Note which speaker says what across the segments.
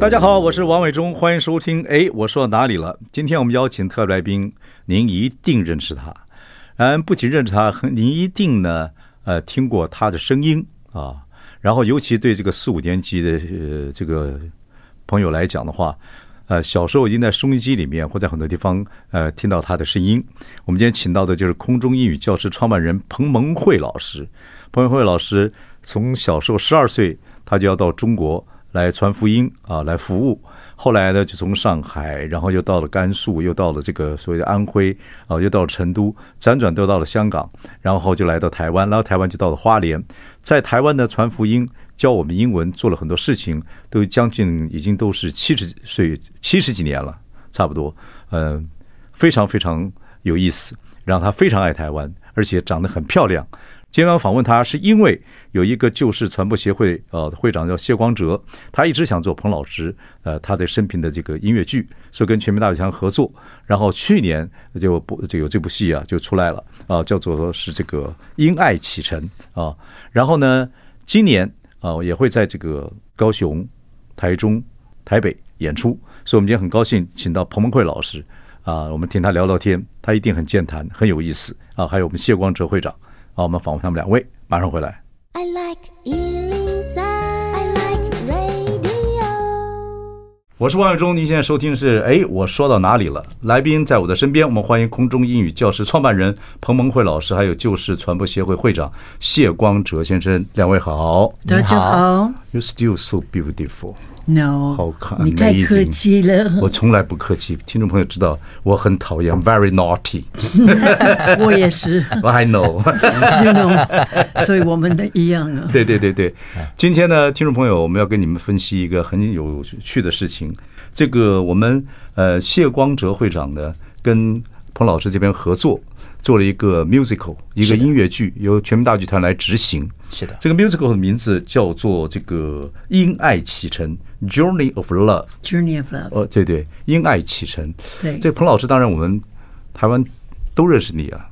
Speaker 1: 大家好，我是王伟忠，欢迎收听。哎，我说到哪里了？今天我们邀请特别来宾，您一定认识他。嗯，不仅认识他，很您一定呢，呃，听过他的声音啊。然后，尤其对这个四五年级的呃这个朋友来讲的话，呃，小时候已经在收音机里面或在很多地方呃听到他的声音。我们今天请到的就是空中英语教室创办人彭蒙慧老师。彭蒙慧老师从小时候十二岁，他就要到中国。来传福音啊，来服务。后来呢，就从上海，然后又到了甘肃，又到了这个所谓的安徽啊，又到了成都，辗转都到了香港，然后就来到台湾，来到台湾就到了花莲，在台湾呢传福音，教我们英文，做了很多事情，都将近已经都是七十岁七十几年了，差不多，嗯、呃，非常非常有意思，让他非常爱台湾，而且长得很漂亮。今天要访问他，是因为有一个旧式传播协会呃会长叫谢光哲，他一直想做彭老师呃他的生平的这个音乐剧，所以跟全民大剧团合作，然后去年呃就不就有这部戏啊就出来了啊、呃，叫做是这个因爱启程啊，然后呢今年啊、呃、也会在这个高雄、台中、台北演出，所以我们今天很高兴请到彭文慧老师啊、呃，我们听他聊聊天，他一定很健谈，很有意思啊，还有我们谢光哲会长。好，我们访问他们两位，马上回来。
Speaker 2: I like 103. I like radio.
Speaker 1: 我是王伟忠，您现在收听的是哎，我说到哪里了？来宾在我的身边，我们欢迎空中英语教室创办人彭蒙慧老师，还有旧式传播协会会长谢光哲先生，两位好。
Speaker 3: 大家好
Speaker 1: ，You still so beautiful，
Speaker 3: ，No，
Speaker 1: 好看，
Speaker 3: 你太客
Speaker 1: amazing
Speaker 3: 气了，
Speaker 1: 我从来不客气，听众朋友知道我很讨厌，very naughty。
Speaker 3: 我也是
Speaker 1: I know。
Speaker 3: ，You know，所以我们的一样啊。
Speaker 1: 对对对对，今天呢，听众朋友，我们要跟你们分析一个很有趣的事情。这个我们呃谢光哲会长呢，跟彭老师这边合作做了一个 musical，一个音乐剧，由全民大剧团来执行。
Speaker 4: 是的
Speaker 1: 这个 musical 的名字叫做这个《因爱启程》（Journey of Love）。
Speaker 3: Journey of Love，
Speaker 1: 哦，对对，因爱启程。
Speaker 3: 对
Speaker 1: 这彭老师当然我们台湾都认识你啊，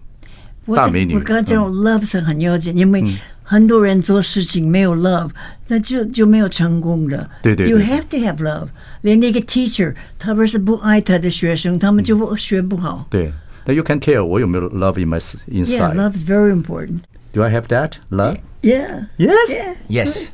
Speaker 3: 我
Speaker 1: 大
Speaker 3: 是
Speaker 1: 美女嗯
Speaker 3: 我刚才这种 love 是很要紧，因为很多人做事情没有 love，那就就没有成功的。
Speaker 1: 对对对
Speaker 3: ，You have to have love。连那个 teacher，他不是不爱他的学生，他们就
Speaker 1: 嗯
Speaker 3: 不学不好。
Speaker 1: 对。那 you can tell 我有没有 love in my
Speaker 3: Yeah,
Speaker 1: inside?
Speaker 3: love is very important.
Speaker 1: Do I have that love?
Speaker 3: Yeah.
Speaker 1: Yes.
Speaker 4: Yes，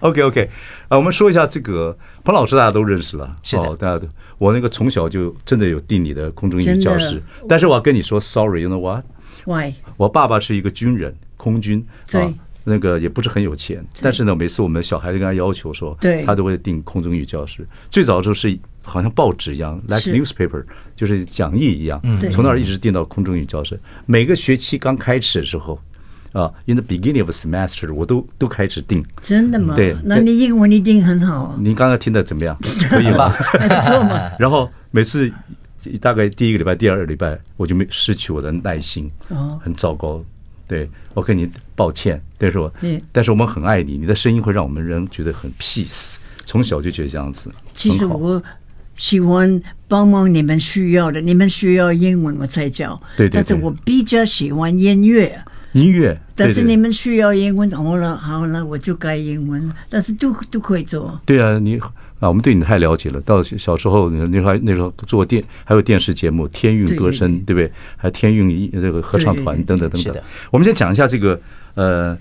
Speaker 1: OK OK，呃，我们说一下这个彭老师，大家都认识了，
Speaker 4: 是的
Speaker 1: 哦，大家都，我那个从小就真的有定你的空中英语
Speaker 3: 真的
Speaker 1: 教室，但是我要跟你说，sorry，you know what？
Speaker 3: Why？
Speaker 1: 我爸爸是一个军人，空军，啊
Speaker 3: 对，
Speaker 1: 那个也不是很有钱，但是呢，每次我们小孩子跟他要求说，
Speaker 3: 对
Speaker 1: 他都会订空中英语教室。最早就是好像报纸一样，like
Speaker 3: 是
Speaker 1: newspaper，就是讲义一样，
Speaker 4: 嗯
Speaker 3: 对
Speaker 1: 从那儿一直订到空中英语教室。每个学期刚开始的时候，啊，in the beginning of semester，我都都开始订。
Speaker 3: 真的吗？
Speaker 1: 对
Speaker 3: 那你英文一定很好啊。
Speaker 1: 您刚刚听的怎么 样？可以吗？
Speaker 3: 还不错嘛。
Speaker 1: 然后每次大概第一个礼拜、第二个礼拜，我就没失去我的耐心，
Speaker 3: 哦
Speaker 1: 很糟糕。对我跟你抱歉，但 是我，
Speaker 3: 嗯
Speaker 1: 但是我们很爱你，你的声音会让我们人觉得很 peace。从小就觉得这样子，
Speaker 3: 其实
Speaker 1: 很好
Speaker 3: 我喜欢帮忙你们需要的，你们需要英文我才教。
Speaker 1: 对对对
Speaker 3: 但是我比较喜欢音乐，
Speaker 1: 音乐，
Speaker 3: 但是
Speaker 1: 对对
Speaker 3: 你们需要英文，好了好了，我就改英文了。但是都都可以做。
Speaker 1: 对啊，你啊，我们对你太了解了。到小时候，那时候还那时候做电，还有电视节目《天韵歌声》，对不对？还有天韵一这个合唱团
Speaker 3: 对对对
Speaker 1: 等等等
Speaker 4: 是
Speaker 1: 等
Speaker 4: 的。
Speaker 1: 我们先讲一下这个呃，《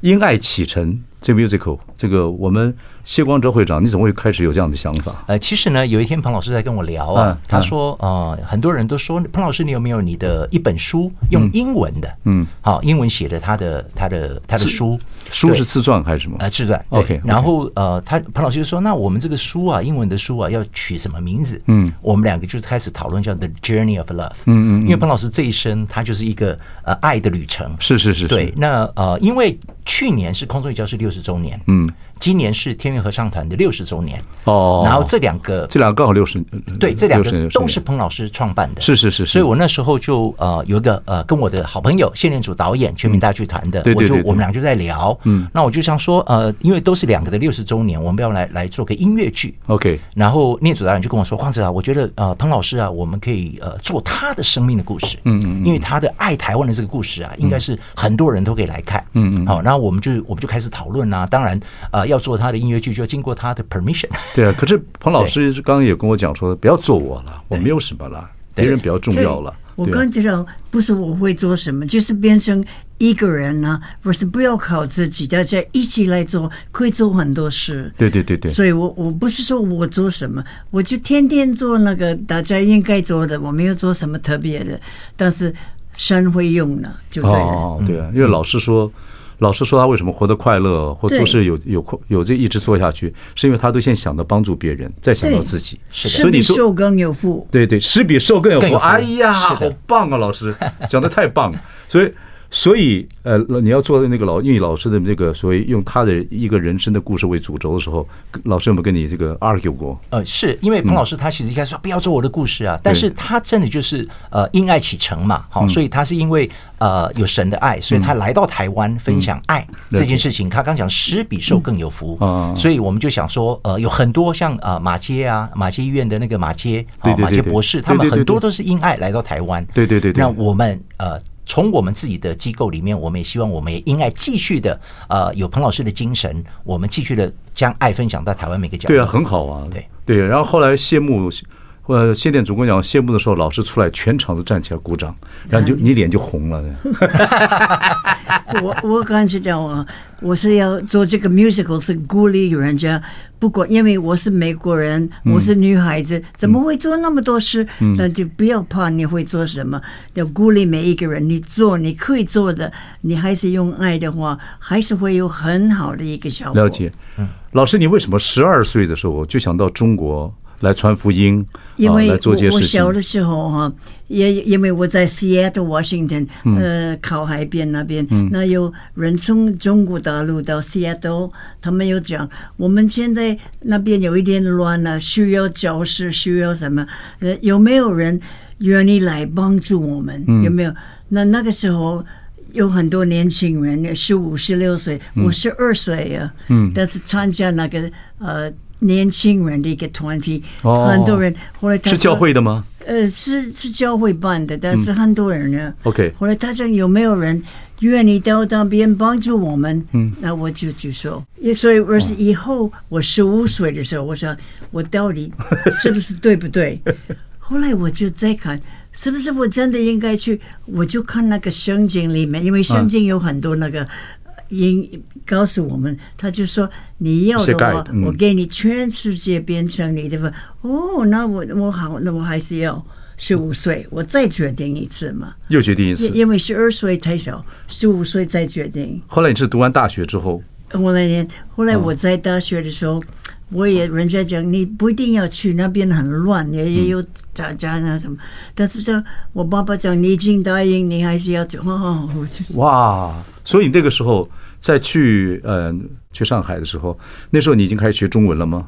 Speaker 1: 因爱启程》这个 musical，这个我们谢光哲会长，你怎么会开始有这样的想法？
Speaker 4: 呃，其实呢，有一天彭老师在跟我聊
Speaker 1: 嗯
Speaker 4: 啊
Speaker 1: 嗯，
Speaker 4: 他说，呃，很多人都说，彭老师，你有没有你的一本书用英文的？
Speaker 1: 嗯，
Speaker 4: 好，英文写的他的他的他的书，
Speaker 1: 书
Speaker 4: 对
Speaker 1: 是自传还是什么？
Speaker 4: 呃自传。对
Speaker 1: OK，OK
Speaker 4: 然后呃，他彭老师就说，那我们这个书啊，英文的书啊，要取什么名字？
Speaker 1: 嗯，
Speaker 4: 我们两个就开始讨论叫《The Journey of Love》。嗯嗯，因为彭老师这一生他就是一个呃爱的旅程。
Speaker 1: 是是是是
Speaker 4: 对，那呃，因为去年是空中瑜教室六十周年，
Speaker 1: 嗯，
Speaker 4: 今年是天韵合唱团的六十周年
Speaker 1: 哦
Speaker 4: 然后这两个
Speaker 1: 这两个刚好嗯六十，
Speaker 4: 对，这两
Speaker 1: 60
Speaker 4: 个
Speaker 1: 年
Speaker 4: 都是彭老师创办的，
Speaker 1: 是是是是
Speaker 4: 所以我那时候就呃有一个呃跟我的好朋友谢念祖导演全民大剧团的，
Speaker 1: 对对对
Speaker 4: 我
Speaker 1: 对
Speaker 4: 就我们俩就在聊，嗯，那我就想说呃，因为都是两个的六十周年，我们要来来做个音乐剧。
Speaker 1: OK，
Speaker 4: 然后念祖导演就跟我说：“光子啊，我觉得呃，彭老师啊，我们可以呃做他的生命的故事，嗯嗯，因为他的爱台湾的这个故事啊，
Speaker 1: 嗯
Speaker 4: 应该是很多人都可以来看，嗯嗯。好，然后我们就我们就开始讨论啊，当然呃要做他的音乐剧，就要经过他的 permission，
Speaker 1: 对啊。可是彭老师刚刚也跟我讲说，不要做我了，我没有什么了，别
Speaker 4: 对
Speaker 1: 人比较重
Speaker 3: 所以
Speaker 1: 要了。
Speaker 3: 我
Speaker 1: 对啊
Speaker 3: 刚知道，不是我会做什么，就是变成一个人呢、不是不要靠自己，大家一起来做，可以做很多事。
Speaker 1: 对对对对
Speaker 3: 所以我我不是说我做什么，我就天天做那个大家应该做的，我没有做什么特别的，但是神会用呢，就对了。
Speaker 1: 哦，
Speaker 4: 嗯
Speaker 1: 对啊，因为老师说，老师说他为什么活得快乐，或
Speaker 3: 对
Speaker 1: 做事有有有这一直做下去，是因为他都先想到帮助别人，再想到自己。
Speaker 4: 是的
Speaker 1: 所
Speaker 3: 生
Speaker 1: 以你
Speaker 3: 比
Speaker 1: 说
Speaker 3: 受更有福。
Speaker 1: 对对，施比受更有
Speaker 4: 更
Speaker 1: 福。
Speaker 4: 有福
Speaker 1: 哎呀，好
Speaker 4: 是的
Speaker 1: 棒啊，老师讲的太棒了。所以所以呃，你要做的那个老，因为老师的那个所谓用他的一个人生的故事为主轴的时候，老师有没有跟你这个 argue 过？
Speaker 4: 呃，是因为
Speaker 1: 嗯
Speaker 4: 彭老师他其实一开始说不要做我的故事啊，但是他真的就是呃因爱启程嘛，
Speaker 1: 嗯
Speaker 4: 好、所以他是因为呃有神的爱，所以他来到台湾分享爱
Speaker 1: 嗯了解
Speaker 4: 这件事情。他刚讲施比受更有福，
Speaker 1: 嗯啊
Speaker 4: 所以我们就想说，呃，有很多像呃马街啊，马街医院的那个马街，
Speaker 1: 对对对
Speaker 4: 马街
Speaker 1: 对
Speaker 4: 博士，
Speaker 1: 对
Speaker 4: 他们
Speaker 1: 对对
Speaker 4: 很多
Speaker 1: 对
Speaker 4: 都是因爱来到台湾，
Speaker 1: 对对对对
Speaker 4: 那我们呃。从我们自己的机构里面，我们也希望我们也因爱继续的，呃，有彭老师的精神，我们继续的将爱分享到台湾每个角落。
Speaker 1: 对啊，很好啊。
Speaker 4: 对
Speaker 1: 对，然后后来谢幕，呃，谢店主跟我讲谢幕的时候，老师出来，全场都站起来鼓掌，然
Speaker 3: 嗯
Speaker 1: 后你就你脸就红了。
Speaker 3: 我我感觉到啊，我是要做这个 musical 是鼓励人家，不管因为我是美国人，
Speaker 1: 嗯
Speaker 3: 我是女孩子，怎么会做那么多事？那就不要怕你会做什么，要鼓励每一个人，你做你可以做的，你还是用爱的话，还是会有很好的一个效果。
Speaker 1: 了解。
Speaker 3: 嗯
Speaker 1: 老师，你为什么十二岁的时候就想到中国来传福音，
Speaker 3: 因
Speaker 1: 啊、
Speaker 3: 为
Speaker 1: 来做这些
Speaker 3: 我我
Speaker 1: 事情
Speaker 3: 小？的时候哈、也因为我在 Seattle Washington，、呃，
Speaker 1: 嗯
Speaker 3: 靠海边那边，那有人从中国大陆到 Seattle，他们有讲，我们现在那边有一点乱了、需要教室，需要什么？呃，有没有人愿意来帮助我们？
Speaker 1: 嗯
Speaker 3: 有没有？那那个时候。有很多年轻人，十五、十六岁，
Speaker 1: 嗯
Speaker 3: 我十二岁呀、嗯，但是参加那个呃年轻人的一个团体，
Speaker 1: 哦
Speaker 3: 很多人后来他
Speaker 1: 是
Speaker 3: 说
Speaker 1: 教会的吗？
Speaker 3: 呃，是是教会办的，但是很多人呢。
Speaker 1: OK
Speaker 3: 后来他说有没有人愿意到那边帮助我们？嗯，那我就举手。也所以我是
Speaker 1: 哦
Speaker 3: 以后我十五岁的时候，我想我到底是不是对 不对？后来我就在看。是不是我真的应该去？我就看那个圣经里面，因为圣经有很多那个应告诉我们，他就说你要
Speaker 1: 一些
Speaker 3: 的话
Speaker 1: guide，，嗯
Speaker 3: 我给你全世界变成你的吧。哦，那我我好，那我还是要十五岁，我再决定一次嘛。
Speaker 1: 又决定一
Speaker 3: 因
Speaker 1: 次。
Speaker 3: 因为十二岁太小，十五岁再决定。
Speaker 1: 后来你是读完大学之后，
Speaker 3: 后来，后来我在大学的时候，我也人家讲你不一定要去那边很乱，也也有打架啊什么。但是这我爸爸讲你已经答应，你还是要去。哦，我就
Speaker 1: 哇！所以那个时候在去呃去上海的时候，那时候你已经开始学中文了吗？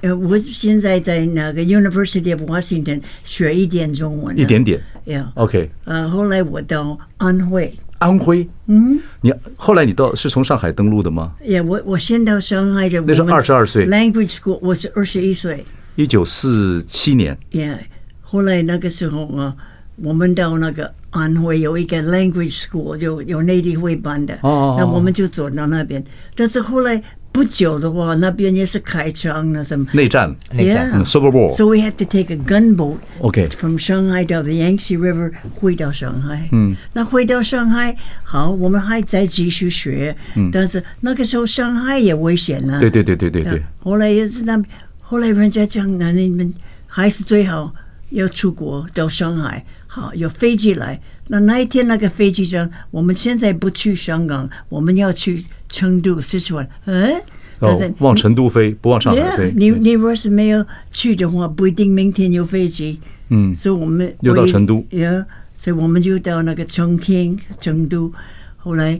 Speaker 3: 呃，我现在在那个 University of Washington 学一点中文，
Speaker 1: 一点。点。
Speaker 3: Yeah，
Speaker 1: OK，
Speaker 3: 呃，后来我到安徽，
Speaker 1: 安徽。嗯，你后来你到是从上海登陆的吗？
Speaker 3: 也我我先到上海的，
Speaker 1: 那是
Speaker 3: 我们
Speaker 1: 22岁
Speaker 3: ，language school 我是二十一岁，
Speaker 1: 一九四七年。
Speaker 3: 也后来那个时候啊，我们到那个安徽有一个 language school，就有内地会办的，
Speaker 1: 哦哦
Speaker 3: 那我们就走到那边，但是后来不久的话，那边也是开枪了什么。
Speaker 1: 内战，
Speaker 4: 内战
Speaker 3: Yeah.
Speaker 1: 嗯，Civil War。
Speaker 3: So we had to take a gunboat
Speaker 1: OK
Speaker 3: from Shanghai 到 the Yangtze River 回到上海。嗯，那回到上海，好，我们还在继续学，嗯，但是那个时候上海也危险了、
Speaker 1: 对对对对对对
Speaker 3: 啊。后来也是那，后来人家讲，那你们还是最好要出国到上海，好有飞机来。那那一天那个飞机讲，我们现在不去香港，我们要去成都、四川。嗯，
Speaker 1: 哦
Speaker 3: 但是，
Speaker 1: 往成都飞，不往上海
Speaker 3: Yeah，
Speaker 1: 飞。
Speaker 3: 你你若是没有去的话，不一定明天有飞机。嗯，所以我们
Speaker 1: 又到成都
Speaker 3: ，Yeah，所以我们就到那个重庆、成都。后来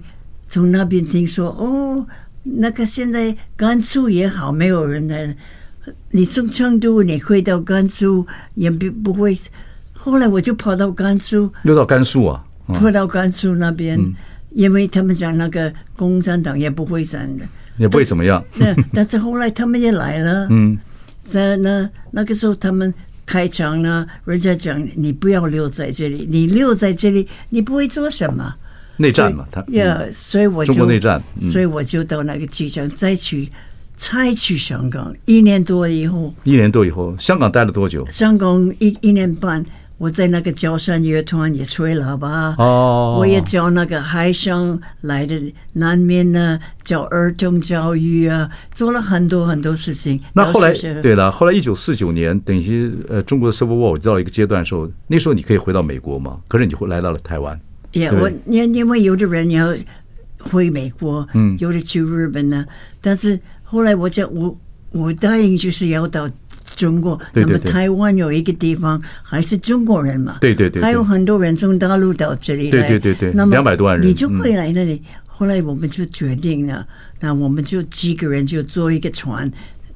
Speaker 3: 从那边听说，哦，那个现在甘肃也好，没有人来。你从成都你回到甘肃也不不会。后来我就跑到甘肃，
Speaker 1: 又到甘肃啊，
Speaker 3: 跑到甘肃那边，
Speaker 1: 嗯
Speaker 3: 因为他们讲那个共产党也不会战的。
Speaker 1: 也不会怎么样。
Speaker 3: 那但是后来他们也来了，嗯，在那那个时候他们开枪呢，人家讲你不要留在这里，你留在这里你不会做什么。
Speaker 1: 内战嘛，他
Speaker 3: 呀，
Speaker 1: 嗯
Speaker 3: 所以我就
Speaker 1: 中国内战嗯
Speaker 3: 所以我就到那个机场再去再去香港，一年多以后，
Speaker 1: 一年多以后，香港待了多久？
Speaker 3: 香港一一年半，我在那个交山乐团也吹喇叭，
Speaker 1: 哦
Speaker 3: 我也教那个海上来的难民呢，教儿童教育啊，做了很多很多事情。
Speaker 1: 那后来
Speaker 3: 到学校
Speaker 1: 对了，后来一九四九年，等于呃中国的 Civil War 到了一个阶段的时候，那时候你可以回到美国嘛，可是你就来到了台湾。
Speaker 3: 也、
Speaker 1: 对
Speaker 3: 我因因为有的人要回美国，
Speaker 1: 嗯
Speaker 3: 有的去日本呢，但是后来我讲我我答应就是要到中国，
Speaker 1: 对对
Speaker 3: 那么
Speaker 1: 对
Speaker 3: 台湾有一个地方还是中国人嘛，
Speaker 1: 对对对对
Speaker 3: 还有很多人从大陆到这里来，
Speaker 1: 对对对对
Speaker 3: 那么
Speaker 1: 200多万人嗯
Speaker 3: 你就会来那里。后来我们就决定了，那我们就几个人就坐一个船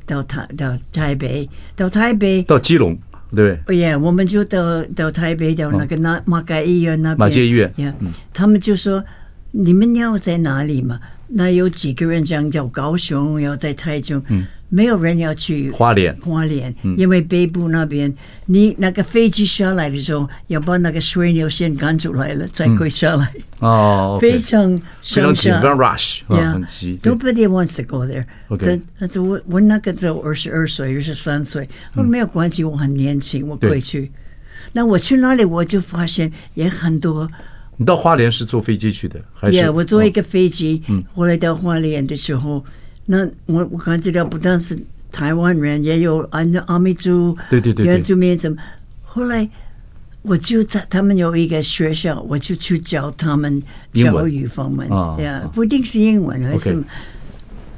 Speaker 3: 到台到台北，到台北。
Speaker 1: 到基隆，对不对？
Speaker 3: 哦耶，我们就到到台北到那个那马街医院那边，
Speaker 1: 嗯马偕医院嗯
Speaker 3: 呀，他们就说你们要在哪里嘛？那有几个人讲叫高雄，要在台中，没有人要去
Speaker 1: 嗯花莲嗯
Speaker 3: 花莲，因为北部那边你那个飞机下来的时候，要把那个水牛先赶出来了，才可以下来，
Speaker 1: 哦，
Speaker 3: 非常
Speaker 1: 嗯非常
Speaker 3: 上
Speaker 1: 紧，
Speaker 3: 下
Speaker 1: 非常 rush 啊，
Speaker 3: Yeah,
Speaker 1: 很急。对
Speaker 3: nobody wants to go there.
Speaker 1: OK
Speaker 3: 但但是我我那个时候二十二岁、二十三岁，我没有关系，我很年轻，我可
Speaker 1: 嗯对
Speaker 3: 以去。那我去那里，我就发现也很多。
Speaker 1: 你到花莲是坐飞机去的，还是？
Speaker 3: 也我坐一
Speaker 1: 哦
Speaker 3: 个飞机，后来到花莲的时候，那我我感觉到不但是台湾人，也有阿阿美族，
Speaker 1: 对对对对
Speaker 3: 原住民怎么？后来我就在他们有一个学校，我就去教他们
Speaker 1: 英文
Speaker 3: 教育方面
Speaker 1: 啊，
Speaker 3: 呀
Speaker 1: 啊，
Speaker 3: 不一定是英文还
Speaker 1: OK
Speaker 3: 是什么。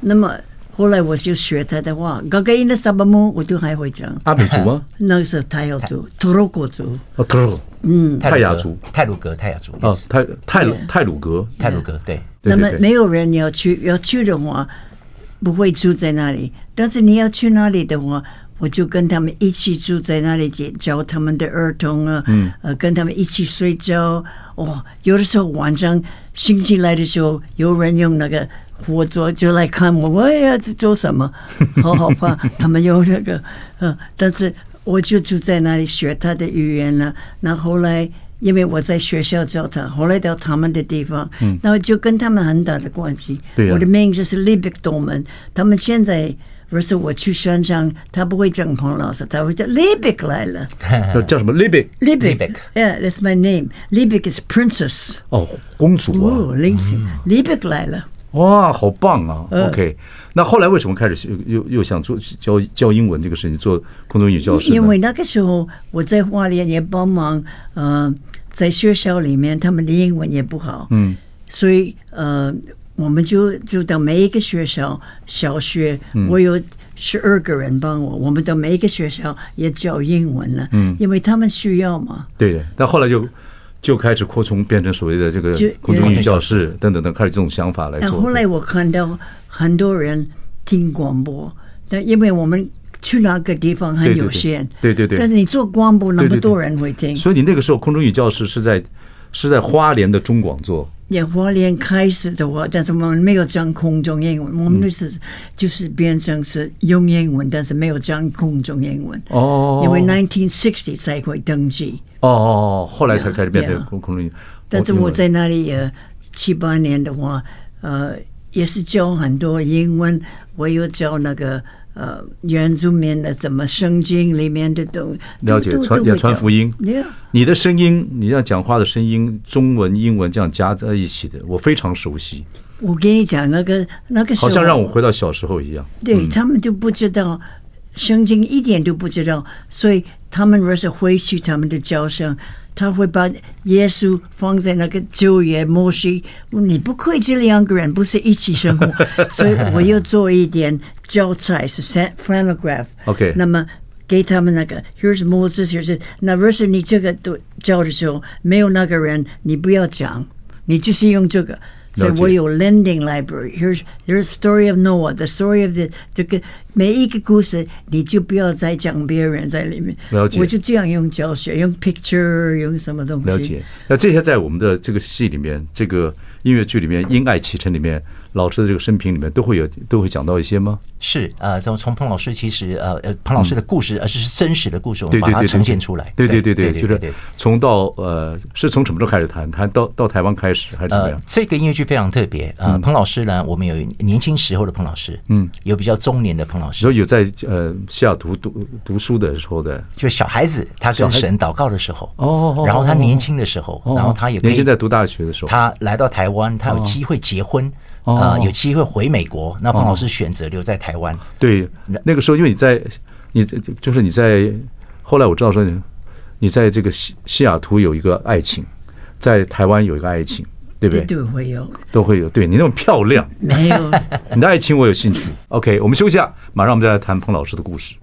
Speaker 3: 那么后来我就学他的话，刚刚的萨巴姆我都还会讲，
Speaker 1: 啊阿美族 吗？
Speaker 3: 那个时候泰雅族、土鲁古族，
Speaker 1: 哦，克鲁，嗯，泰雅族，
Speaker 4: 泰鲁格，泰雅族，
Speaker 1: 哦嗯
Speaker 4: yes，，
Speaker 1: 泰泰鲁
Speaker 3: 对
Speaker 1: 泰鲁格，
Speaker 4: 泰鲁格，对，
Speaker 1: 对
Speaker 3: 那么
Speaker 1: 对对
Speaker 3: 没有人要去，要去的话不会住在那里。但是你要去那里的话，我就跟他们一起住在那里，也教他们的儿童啊，嗯、呃，跟他们一起睡觉。哦，有的时候晚上星期来的时候，有人用那个火烛就来看我，我呀这做什么？好好怕他们有那个，呃，但是我就住在那里学他的语言了。那后来。因为我在学校教他，后来到他们的地方，嗯，然后就跟他们很大的关系。
Speaker 1: 对呀
Speaker 3: 我的名字是 l i b i c 东门，他们现在如果是我去山上，他不会讲彭老师，他会叫 l i b i c 来了
Speaker 1: 叫叫什么 l i b y
Speaker 3: l i b i c
Speaker 4: Liebig
Speaker 3: yeah that's my name l i b i c is princess
Speaker 1: 哦，公主啊，
Speaker 3: 哦 l i b i c l 来了，
Speaker 1: 哇，好棒啊！OK，那
Speaker 3: 呃
Speaker 1: 后来为什么开始又又又想做教教英文这个事情，做空中英语教师呢？
Speaker 3: 因为那个时候我在花莲也帮忙，呃，在学校里面他们的英文也不好，嗯，所以呃，我们就就到每一个学校，小学、
Speaker 1: 嗯
Speaker 3: 我有十二个人帮我，我们到每一个学校也教英文了，嗯，因为他们需要嘛，
Speaker 1: 对的，但后来就就开始扩充，变成所谓的这个
Speaker 3: 就
Speaker 1: 空中英语教室等等等，开始这种想法来
Speaker 3: 但
Speaker 1: 做。
Speaker 3: 后来我看到很多人听广播，但因为我们去那个地方很有限，
Speaker 1: 对对对对对对
Speaker 3: 但是你做广播，那
Speaker 1: 对对
Speaker 3: 么
Speaker 1: 对
Speaker 3: 多人会听。
Speaker 1: 所以你那个时候空中英语教室是在是在花莲的中广做，
Speaker 3: 也花莲开始的话，但是我们没有讲空中英文，我们就是、就是变成是用英文，但是没有讲空中英文。
Speaker 1: 哦
Speaker 3: 因为1960才会登记，
Speaker 1: 哦哦，哦后来才开始变成
Speaker 3: Yeah，yeah
Speaker 1: 空空中英语。
Speaker 3: 但是我在那里呃七八年的话，呃也是教很多英文，我又教那个呃原住民的怎么圣经里面的东
Speaker 1: 了解传也传福音
Speaker 3: 对啊
Speaker 1: 你的声音，你这样讲话的声音，中文、英文这样夹在一起的，我非常熟悉，
Speaker 3: 我跟你讲那个那个时候
Speaker 1: 好像让我回到小时候一样。
Speaker 3: 对他们就不知道圣经，一点都不知道，所以他们若是回去他们的教上，他会把耶稣放在那个旧约摩西，你不愧这两个人不是一起生活，所以我又做一点教材是 san- phonograph。
Speaker 1: OK
Speaker 3: 那么。给他们那个，here's Moses，here's it 那若是你这个都教的时候没有那个人，你不要讲，你就是用这个。所
Speaker 1: 了
Speaker 3: 以
Speaker 1: 解
Speaker 3: 我有 lending library。Here's here's story of Noah, the story of the 这个每一个故事，你就不要再讲别人在里面。
Speaker 1: 了解
Speaker 3: 我就这样用教学，用 picture，用什么东西。
Speaker 1: 了解。那这些在我们的这个戏里面，这个音乐剧里面，《因爱启程》里面，老师的这个生平里面都会有都会讲到一些吗？
Speaker 4: 是呃，从从彭老师其实呃呃，彭老师的故事，而是是真实的故事，我
Speaker 1: 嗯对
Speaker 4: 们把
Speaker 1: 对对对，
Speaker 4: 它呈现出来。
Speaker 1: 对对对
Speaker 4: 对
Speaker 1: 对，就是从到呃，是从什么时候开始谈？谈到到台湾开始还是怎么
Speaker 4: 呃
Speaker 1: 样，？嗯
Speaker 4: 这个音乐剧非常特别。呃，彭老师呢，我们有年轻时候的彭老师，嗯，有比较中年的彭老
Speaker 1: 然
Speaker 4: 师，
Speaker 1: 后有在呃西雅图读读书的时候的
Speaker 4: 就小孩子他
Speaker 1: 小
Speaker 4: 跟
Speaker 1: 孩子
Speaker 4: 神祷告的时候，
Speaker 1: 哦哦哦
Speaker 4: 然后他
Speaker 1: 哦哦
Speaker 4: 年轻的时候，
Speaker 1: 哦
Speaker 4: 然后他也可
Speaker 1: 年
Speaker 4: 以
Speaker 1: 轻在读大学的时候，
Speaker 4: 他来到台湾，他有机会结婚，
Speaker 1: 哦
Speaker 4: 啊，有机会回美国。那彭老师选择留在台湾，
Speaker 1: 对那个时候，因为你在你就是你在后来我知道说你你在这个西西雅图有一个爱情，在台湾有一个爱情，对不
Speaker 3: 对
Speaker 1: 对？
Speaker 3: 对，会有
Speaker 1: 都会有。对你那么漂亮，
Speaker 3: 没有？
Speaker 1: 你的爱情我有兴趣。OK，我们休息下，马上我们再来谈彭老师的故事。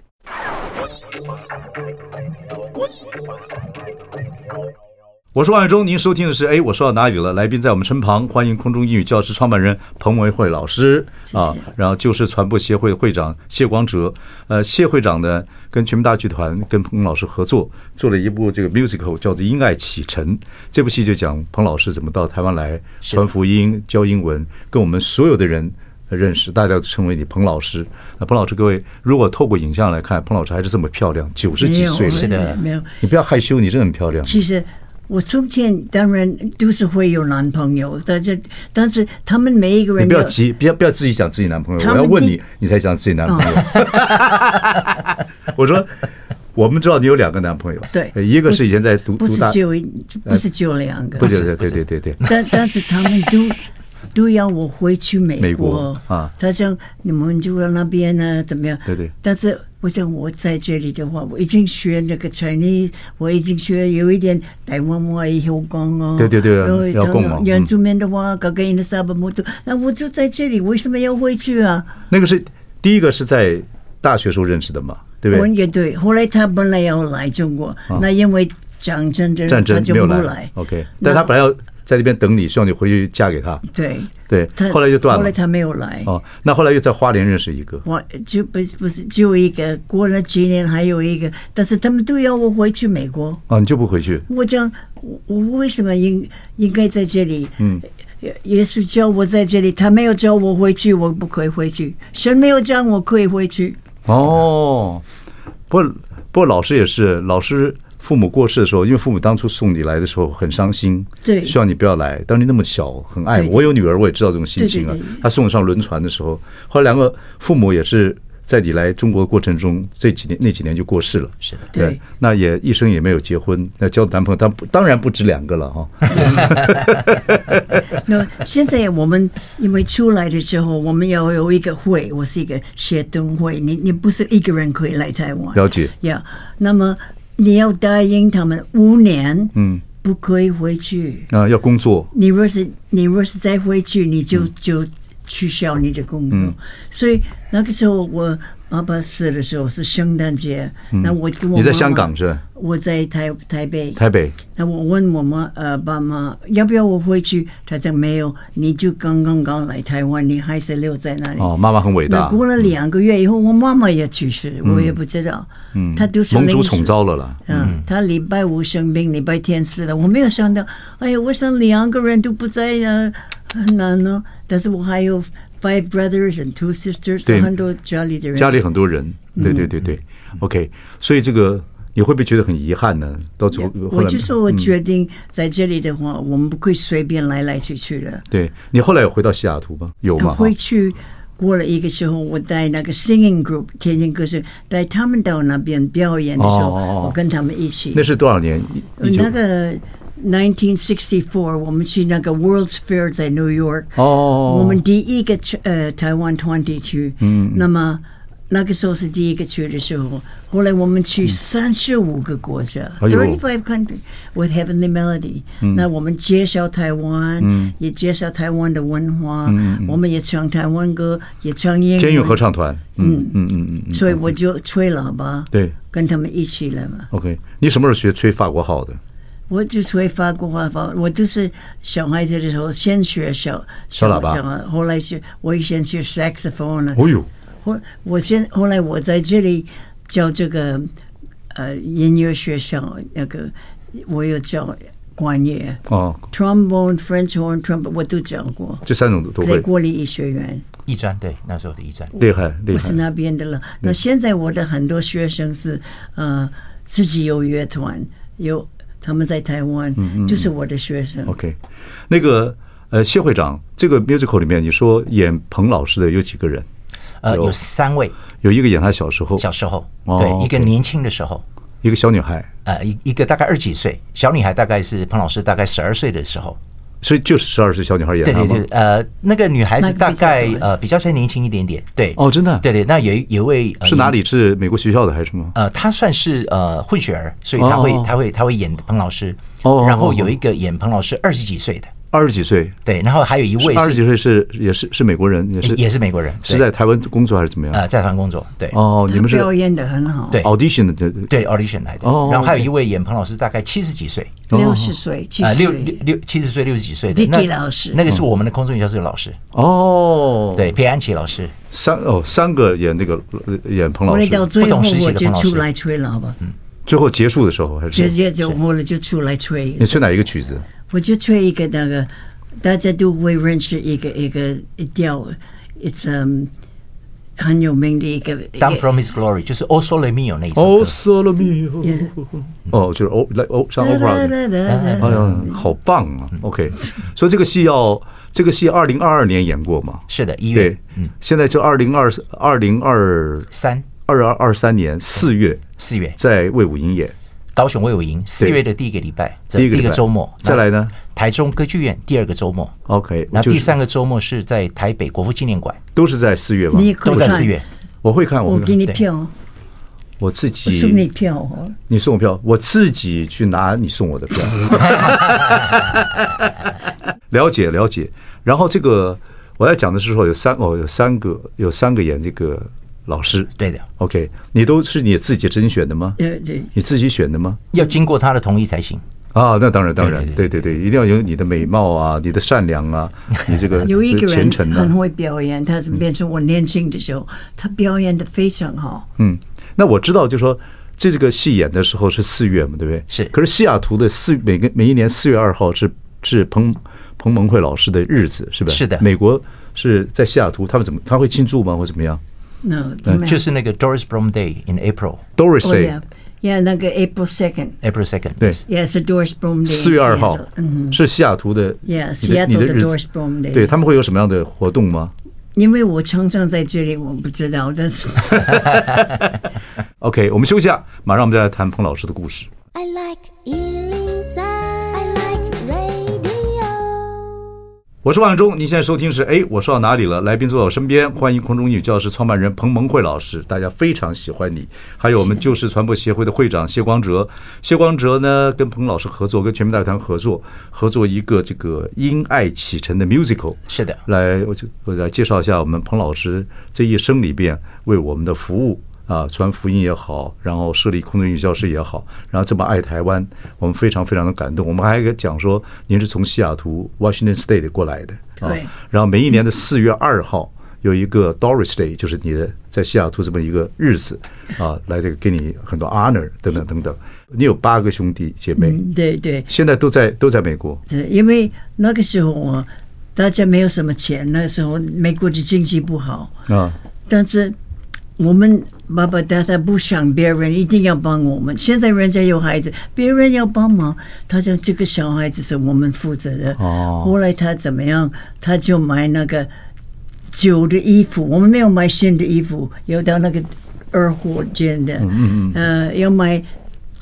Speaker 1: 我是万永忠，您收听的是哎，我说到哪里了？来宾在我们身旁，欢迎空中英语教室创办人彭维慧老师
Speaker 3: 谢谢
Speaker 1: 啊，然后就是传播协会会长谢光哲，呃，谢会长呢跟全民大剧团跟彭老师合作做了一部这个 musical 叫做《因爱启程》，这部戏就讲彭老师怎么到台湾来
Speaker 4: 是
Speaker 1: 传福音、教英文，跟我们所有的人呃认识，大家都称为你彭老师。那彭老师，各位如果透过影像来看，彭老师还是这么漂亮，九 十
Speaker 3: 没
Speaker 1: 几
Speaker 3: 有，
Speaker 1: 岁了，
Speaker 4: 是的
Speaker 3: 没有。
Speaker 1: 你不要害羞，你真的很漂亮。
Speaker 3: 其实我从前当然都是会有男朋友，但是但是他们每一个
Speaker 1: 你
Speaker 3: 人
Speaker 1: 不要
Speaker 3: 有
Speaker 1: 急，啊不要不要自己讲自己男朋友，
Speaker 3: 他
Speaker 1: 我
Speaker 3: 们
Speaker 1: 要问
Speaker 3: 第嗯
Speaker 1: 你，你才讲自己男朋
Speaker 3: 哦
Speaker 1: 友。 我说，我们知道你有两个男朋友，
Speaker 3: 对
Speaker 1: 呃，一个是以前在读
Speaker 3: 不
Speaker 1: 读
Speaker 3: 是
Speaker 1: 大，
Speaker 3: 就一不是就两个，
Speaker 1: 不对对
Speaker 4: 不是
Speaker 1: 对对对对，
Speaker 3: 但但是他们 都都要我回去美
Speaker 1: 美国啊
Speaker 3: 他讲你们就在那边呢、怎么样？
Speaker 1: 对对
Speaker 3: 但是我想我在这里的话，我已经学那个 Chinese，我已经学有一点台湾话、香港哦，
Speaker 1: 对对对
Speaker 3: 然后
Speaker 1: 要共嘛嗯
Speaker 3: 原住民的话，搞个印度萨巴姆都，那我就在这里，为什么要回去啊？
Speaker 1: 那个是第一个是在大学时候认识的嘛，对不
Speaker 3: 我
Speaker 1: 对？
Speaker 3: 也对，后来他本来要来中国，那因为讲真的，
Speaker 1: 战
Speaker 3: 他
Speaker 1: 争
Speaker 3: 就
Speaker 1: 没有
Speaker 3: 不
Speaker 1: 来，OK，但
Speaker 3: 那
Speaker 1: 他本来要在那边等你，希望你回去嫁给他，
Speaker 3: 对
Speaker 1: 对
Speaker 3: 他，
Speaker 1: 后来就断
Speaker 3: 后
Speaker 1: 了
Speaker 3: 来。他没有来。
Speaker 1: 哦，那后来又在花莲认识一个，
Speaker 3: 我就不是不是只有一个，过了几年还有一个，但是他们都要我回去美国。
Speaker 1: 哦，你就不回去，
Speaker 3: 我讲我我为什么应应该在这里？嗯，耶稣叫我在这里，他没有叫我回去，我不可以回去。神没有叫我可以回去，
Speaker 1: 哦，不过不过老师也是，老师父母过世的时候，因为父母当初送你来的时候很伤心，
Speaker 3: 对
Speaker 1: 希望你不要来。当你那么小，很爱
Speaker 3: 对
Speaker 1: 我，
Speaker 3: 对
Speaker 1: 我有女儿，我也知道这种心情啊
Speaker 3: 对对对。
Speaker 1: 她送我上轮船的时候，后来两个父母也是。在你来中国的过程中，这几年那几年就过世了，
Speaker 4: 是的
Speaker 3: 对，
Speaker 1: 那也一生也没有结婚，那交的男朋友当当然不止两个了哈。
Speaker 3: 那现在我们因为出来的时候，我们要有一个会，我是一个协同会，你你不是一个人可以来台湾，
Speaker 1: 了解
Speaker 3: 呀那么你要答应他们五年，
Speaker 1: 嗯，
Speaker 3: 不可以回去。
Speaker 1: 啊、要工作，
Speaker 3: 你若是你若是再回去，你就、
Speaker 1: 嗯
Speaker 3: 就取消你的工作。所以那个时候我爸爸死的时候是圣诞节，那我跟我
Speaker 1: 嗯你在
Speaker 3: 妈妈
Speaker 1: 香港是吧
Speaker 3: 我在台台北，
Speaker 1: 台北
Speaker 3: 那我问我妈呃爸妈要不要我回去，他讲没有，你就刚刚刚来台湾，你还是留在那里。
Speaker 1: 哦，妈妈很伟
Speaker 3: 那
Speaker 1: 大，
Speaker 3: 过了两个月以后，我妈妈也去世，我也不知道。嗯，她就是
Speaker 1: 盟主
Speaker 3: 临时
Speaker 1: 宠召了啦。
Speaker 3: 嗯，他礼拜五生病，礼拜天死了。我没有想到，哎呀，我想两个人都不在呀、很难呢、但是我还有 five brothers and two sisters，
Speaker 1: 对
Speaker 3: 很多家里的人。
Speaker 1: 家里很多人，
Speaker 3: 嗯
Speaker 1: 对对对对、o k 所以这个你会不会觉得很遗憾呢？到最后后
Speaker 3: 我
Speaker 1: 来
Speaker 3: 就说，我决定在这里的话，我们不会随便来来去去的。
Speaker 1: 对你后来有回到西雅图吗？有吗？
Speaker 3: 呃回去过了一个时候，我带那个 singing group 天津歌声，带他们到那边表演的时候，
Speaker 1: 哦哦哦
Speaker 3: 我跟他们一起。
Speaker 1: 那是多少年？一一九
Speaker 3: 呃那个1964，我们去那个 World's Fair 在 New York，
Speaker 1: 哦
Speaker 3: 我们第一个去呃台湾团体去，嗯，那么那个时候是第一个去的时候，后来我们去三十五个国家
Speaker 1: 嗯哎呦嗯
Speaker 3: ，thirty five country with heavenly melody，那我们介绍台湾，也介绍台湾的文化，我们也唱台湾歌，也唱英
Speaker 1: 嗯天韵
Speaker 3: 文，
Speaker 1: 合唱团。嗯嗯嗯嗯嗯
Speaker 3: 所以我就吹喇叭，
Speaker 1: 对
Speaker 3: 跟他们一起了嘛。
Speaker 1: ，OK。你什么时候学吹法国号的？
Speaker 3: 我就是会法国话法，我就是小孩子的时候先学小
Speaker 1: 小喇叭
Speaker 3: 小后来学我先学 saxophone 了。
Speaker 1: 哦呦，
Speaker 3: 我我先后来我在这里教这个呃音乐学校那个，我有教管乐、
Speaker 1: 哦，
Speaker 3: trombone、French horn、trumpet，我都教过，
Speaker 1: 这三种都都
Speaker 3: 在
Speaker 1: 会，
Speaker 3: 国立艺学院。
Speaker 4: 艺专对，那时候的艺专，
Speaker 1: 厉害厉
Speaker 3: 我是
Speaker 1: 害。
Speaker 3: 那边的了。那现在我的很多学生是呃自己有乐团，有他们在台湾，
Speaker 4: 嗯
Speaker 3: 就是我的学生。
Speaker 4: 哦
Speaker 1: OK，那个呃，谢会长，这个 musical 里面你说演彭老师的有几个人？
Speaker 4: 呃，
Speaker 1: 有
Speaker 4: 有三位
Speaker 1: 有一个演他小时候，
Speaker 4: 小时候，
Speaker 1: 哦
Speaker 4: 对，一个
Speaker 1: OK
Speaker 4: 年轻的时候，
Speaker 1: 一个小女孩，
Speaker 4: 呃，一一个大概二十几岁小女孩，大概是彭老师大概十二岁的时候，
Speaker 1: 所以就是十二岁小女孩演
Speaker 4: 对
Speaker 1: 他
Speaker 4: 对
Speaker 1: 吗
Speaker 4: 对？，呃，那个女孩子大概
Speaker 3: 那个比较短
Speaker 4: 呃比较再年轻一点点，对，
Speaker 1: 哦真的
Speaker 4: 对对，那有一有一位呃
Speaker 1: 是哪里？是啊美国学校的还是什么？
Speaker 4: 呃，他算是呃混血儿，所以他会
Speaker 1: 哦
Speaker 4: 他会他会演彭老师
Speaker 1: 哦，
Speaker 4: 然后
Speaker 1: 哦
Speaker 4: 有一个演彭老师二十几岁的，
Speaker 1: 二十几岁，
Speaker 4: 对，然后还有一位
Speaker 1: 二十
Speaker 4: 是
Speaker 1: 几岁是也是是美国人，也是
Speaker 4: 也是美国人，
Speaker 1: 是
Speaker 4: 对
Speaker 1: 在台湾工作还是怎么样？
Speaker 4: 呃在台湾工作，对，
Speaker 1: 哦，你
Speaker 3: 他
Speaker 1: 们是
Speaker 3: 表演的很好，
Speaker 4: 对
Speaker 1: audition 的对对
Speaker 4: 对 audition 来的
Speaker 1: 哦，
Speaker 4: 然后还有
Speaker 1: OK
Speaker 4: 一位演彭老师大概七十几岁，
Speaker 3: 六十岁，七
Speaker 4: 啊，
Speaker 3: 十
Speaker 4: 六六
Speaker 3: 岁，
Speaker 4: 六七十岁六十几岁的
Speaker 3: Vicky
Speaker 4: 那
Speaker 3: 老师
Speaker 4: 那个是我们的空中瑜伽室的老师，
Speaker 1: 哦，
Speaker 4: 对，裴安琪老师，
Speaker 1: 三哦三个演那个呃演彭老
Speaker 3: 后来到
Speaker 1: 师，
Speaker 3: 最后
Speaker 4: 不懂事情
Speaker 3: 我
Speaker 4: 的
Speaker 3: 就
Speaker 4: 彭老师
Speaker 3: 出来吹喇叭，
Speaker 4: 嗯
Speaker 1: 最后结束的时候还
Speaker 3: 直
Speaker 1: 是
Speaker 3: 接就后来就出来吹
Speaker 1: 你，吹哪一个曲子？
Speaker 3: 我就吹一个那个大家都会认识一个一个一调，it's um 很有名的一个。一个
Speaker 4: Down from His Glory，就是 O Sole Mio 那一首
Speaker 1: 哦
Speaker 4: 歌，
Speaker 1: ，solo mio，哦，就是哦来哦像 opera 的。
Speaker 4: 嗯
Speaker 1: 哎呀，好棒啊！OK，所以这个戏要这个戏二零二二年演过嘛？
Speaker 4: 是的，一
Speaker 1: 对
Speaker 4: 月，嗯，
Speaker 1: 现在就二零二二零二
Speaker 4: 三
Speaker 1: 二二二三年四月
Speaker 4: 四月，
Speaker 1: 在魏武营演，
Speaker 4: 高雄魏武营，四月的第一个礼拜，这
Speaker 1: 第一个礼拜
Speaker 4: 周末，
Speaker 1: 再来呢？
Speaker 4: 台中歌剧院第二个周末
Speaker 1: OK，
Speaker 4: 然后
Speaker 1: 就是
Speaker 4: 第三个周末是在台北国父纪念馆，
Speaker 1: 都是在四月嘛？
Speaker 3: 你也可
Speaker 4: 都
Speaker 3: 以
Speaker 4: 在
Speaker 3: 看
Speaker 4: 四月，
Speaker 1: 我会看，我
Speaker 3: 我
Speaker 1: 会
Speaker 3: 给
Speaker 1: 看，
Speaker 3: 你票，
Speaker 1: 我自
Speaker 3: 我
Speaker 1: 己
Speaker 3: 送你票哦。
Speaker 1: 你送我票，我自己去拿你送我的票。 了解了解。然后这个我要讲的是说有三哦有三个有三个演这个老师，
Speaker 4: 对的，
Speaker 1: OK，你都是你自己甄选的吗？
Speaker 3: 呃，对，
Speaker 1: 你自己选的吗？
Speaker 4: 要经过他的同意才行。
Speaker 1: 啊，那当然，当然，对
Speaker 4: 对
Speaker 1: 对对，一定要有你的美貌啊，你的善良啊，你这个
Speaker 3: 有一个
Speaker 1: 虔
Speaker 3: 人
Speaker 1: 诚
Speaker 3: 很
Speaker 1: 啊。
Speaker 3: 会表演，他是变成我年轻的时候，他表演的非常好。
Speaker 1: 嗯，那我知道，就说这个戏演的时候是四月嘛，对不对？
Speaker 4: 是
Speaker 1: 可是西雅图的四每个每一年四月二号是是彭彭蒙慧老师的日子，是吧？
Speaker 4: 是的
Speaker 1: 美国是在西雅图，他们怎么他会庆祝吗，或怎么样
Speaker 3: 那怎么样？
Speaker 4: 就是那个 Doris Brom Day in April
Speaker 1: ？Doris
Speaker 3: 哦
Speaker 1: Day，
Speaker 3: ，Yeah，那个 April second，Yeah，
Speaker 4: April second，
Speaker 1: 对，
Speaker 3: 是 Doris Brom Day，
Speaker 1: 四月二号
Speaker 3: Seattle，嗯，
Speaker 1: 是西雅图的
Speaker 3: Yeah，
Speaker 1: 你的你的
Speaker 3: Seattle 的
Speaker 1: 日
Speaker 3: Doris
Speaker 1: 子
Speaker 3: Brom Day，
Speaker 1: 对他们会有什么样的活动吗？
Speaker 3: 因为我常常在这里，我不知道，但是
Speaker 1: OK，我们休息一下，马上我们再来谈彭老师的故事。
Speaker 2: I like Ealing Sound. I like radio.
Speaker 1: 我是万永忠，您现在收听是哎，我说到哪里了？来宾坐在我身边，欢迎空中英语教室创办人彭蒙慧老师，大家非常喜欢你。还有我们旧式传播协会的会长谢光哲，谢光哲呢跟彭老师合作，跟全民大会堂合作，合作一个这个因爱启程的 musical。
Speaker 4: 是的
Speaker 1: 来，我就我来介绍一下我们彭老师这一生里边为我们的服务啊，传福音也好，然后设立空中英语教室也好，然后这么爱台湾，我们非常非常的感动。我们还讲说，您是从西雅图 Washington State 过来的，啊
Speaker 3: 对，
Speaker 1: 然后每一年的四月二号有一个 Doris Day，就是你的在西雅图这么一个日子啊，来这个给你很多 honor 等等等等。你有八个兄弟姐妹，
Speaker 3: 嗯对对，
Speaker 1: 现在都在都在美国，
Speaker 3: 对因为那个时候我大家没有什么钱，那时候美国的经济不好，
Speaker 1: 啊，
Speaker 3: 但是我们爸爸大大不想别人一定要帮我们。现在人家有孩子，别人要帮忙，他讲这个小孩子是我们负责的。
Speaker 1: 哦
Speaker 3: 后来他怎么样？他就买那个旧的衣服，我们没有买新的衣服，有到那个二货间的，嗯嗯呃，要买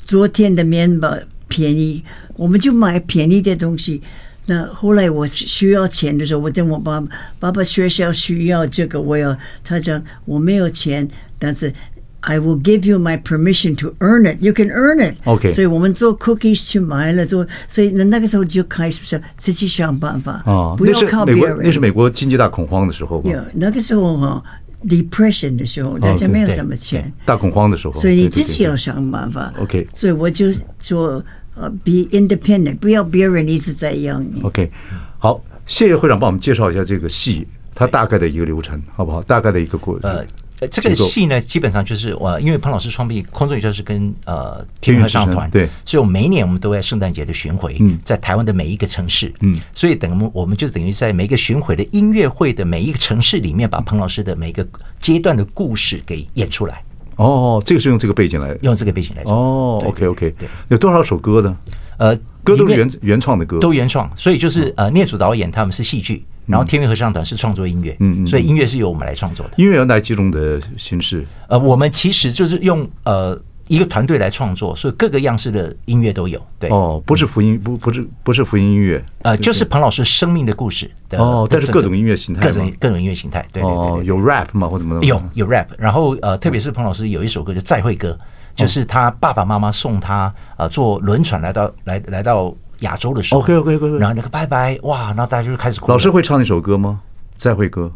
Speaker 3: 昨天的面包便宜，我们就买便宜的东西。那后来我需要钱的时候，我跟我爸爸爸爸学校需要这个，我要他讲我没有钱，但是 I will give you my permission to earn it. You can earn it.
Speaker 1: OK
Speaker 3: 所以我们做 cookies 去买了做，所以那那个时候就开始想自己想办法，
Speaker 1: 哦，
Speaker 3: 不
Speaker 1: 那
Speaker 3: 要
Speaker 1: 是
Speaker 3: 靠
Speaker 1: 美
Speaker 3: 别
Speaker 1: 国
Speaker 3: 人。，
Speaker 1: 那是美国经济大恐慌的时候吧
Speaker 3: 有那个时候哈，depression 的时候，大家
Speaker 1: 对
Speaker 3: 没有
Speaker 4: 对
Speaker 3: 什么钱，
Speaker 1: 大恐慌的时候，
Speaker 3: 所以你
Speaker 1: 对对
Speaker 3: 自己
Speaker 1: 对
Speaker 3: 要想办法。
Speaker 1: OK
Speaker 3: 所以我就做呃，be independent，不要别人一直在要你。
Speaker 1: OK，好，谢谢会长帮我们介绍一下这个戏，它大概的一个流程，好不好？大概的一个过
Speaker 4: 呃
Speaker 1: 程。，
Speaker 4: 呃这个
Speaker 1: 节奏
Speaker 4: 戏呢，基本上就是我、呃因为潘老师创立空中语教是跟呃
Speaker 1: 天韵
Speaker 4: 合
Speaker 1: 之
Speaker 4: 唱
Speaker 1: 声
Speaker 4: 团，
Speaker 1: 对
Speaker 4: 所以我每一年我们都在圣诞节的巡回，
Speaker 1: 嗯
Speaker 4: 在台湾的每一个城市，
Speaker 1: 嗯
Speaker 4: 所以等我们我们就等于在每一个巡回的音乐会的每一个城市里面，把彭老师的每一个阶段的故事给演出来，
Speaker 1: 哦，这个是用这个背景来。
Speaker 4: 用这个背景来做。
Speaker 1: 哦
Speaker 4: 对
Speaker 1: ，OK OK，
Speaker 4: 对，
Speaker 1: 有多少首歌呢？
Speaker 4: 呃，
Speaker 1: 歌都
Speaker 4: 里
Speaker 1: 是
Speaker 4: 面
Speaker 1: 原原创的歌，嗯
Speaker 4: 都原创，所以就是呃，聂主导演他们是戏剧，然后天韵合唱团是创作音乐，
Speaker 1: 嗯嗯嗯
Speaker 4: 所以音乐是由我们来创作的。
Speaker 1: 音乐原来几种的形式。
Speaker 4: 呃，我们其实就是用呃一个团队来创作，所以各个样式的音乐都有。对，
Speaker 1: 哦，不是福音，不不是不是福音音乐，
Speaker 4: 呃，就是彭老师生命的故事的
Speaker 1: 哦
Speaker 4: 的
Speaker 1: 但是
Speaker 4: 整个
Speaker 1: 各种音乐形态
Speaker 4: 各
Speaker 1: 吗
Speaker 4: 种各种音乐形态。对对对
Speaker 1: 哦
Speaker 4: 对，
Speaker 1: 有 rap 吗？或怎么的？
Speaker 4: 有有 rap，然后呃，特别是彭老师有一首歌叫《再会歌》，就是他爸爸妈妈送他呃坐轮船来到来来到亚洲的时候
Speaker 1: OK，OK，OK，OK
Speaker 4: 然后那个拜拜哇，然后大家就开始哭了。
Speaker 1: 老师会唱一首歌吗？再会歌。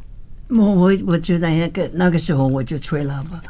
Speaker 3: 我我我觉得那个那个时候我就吹喇叭，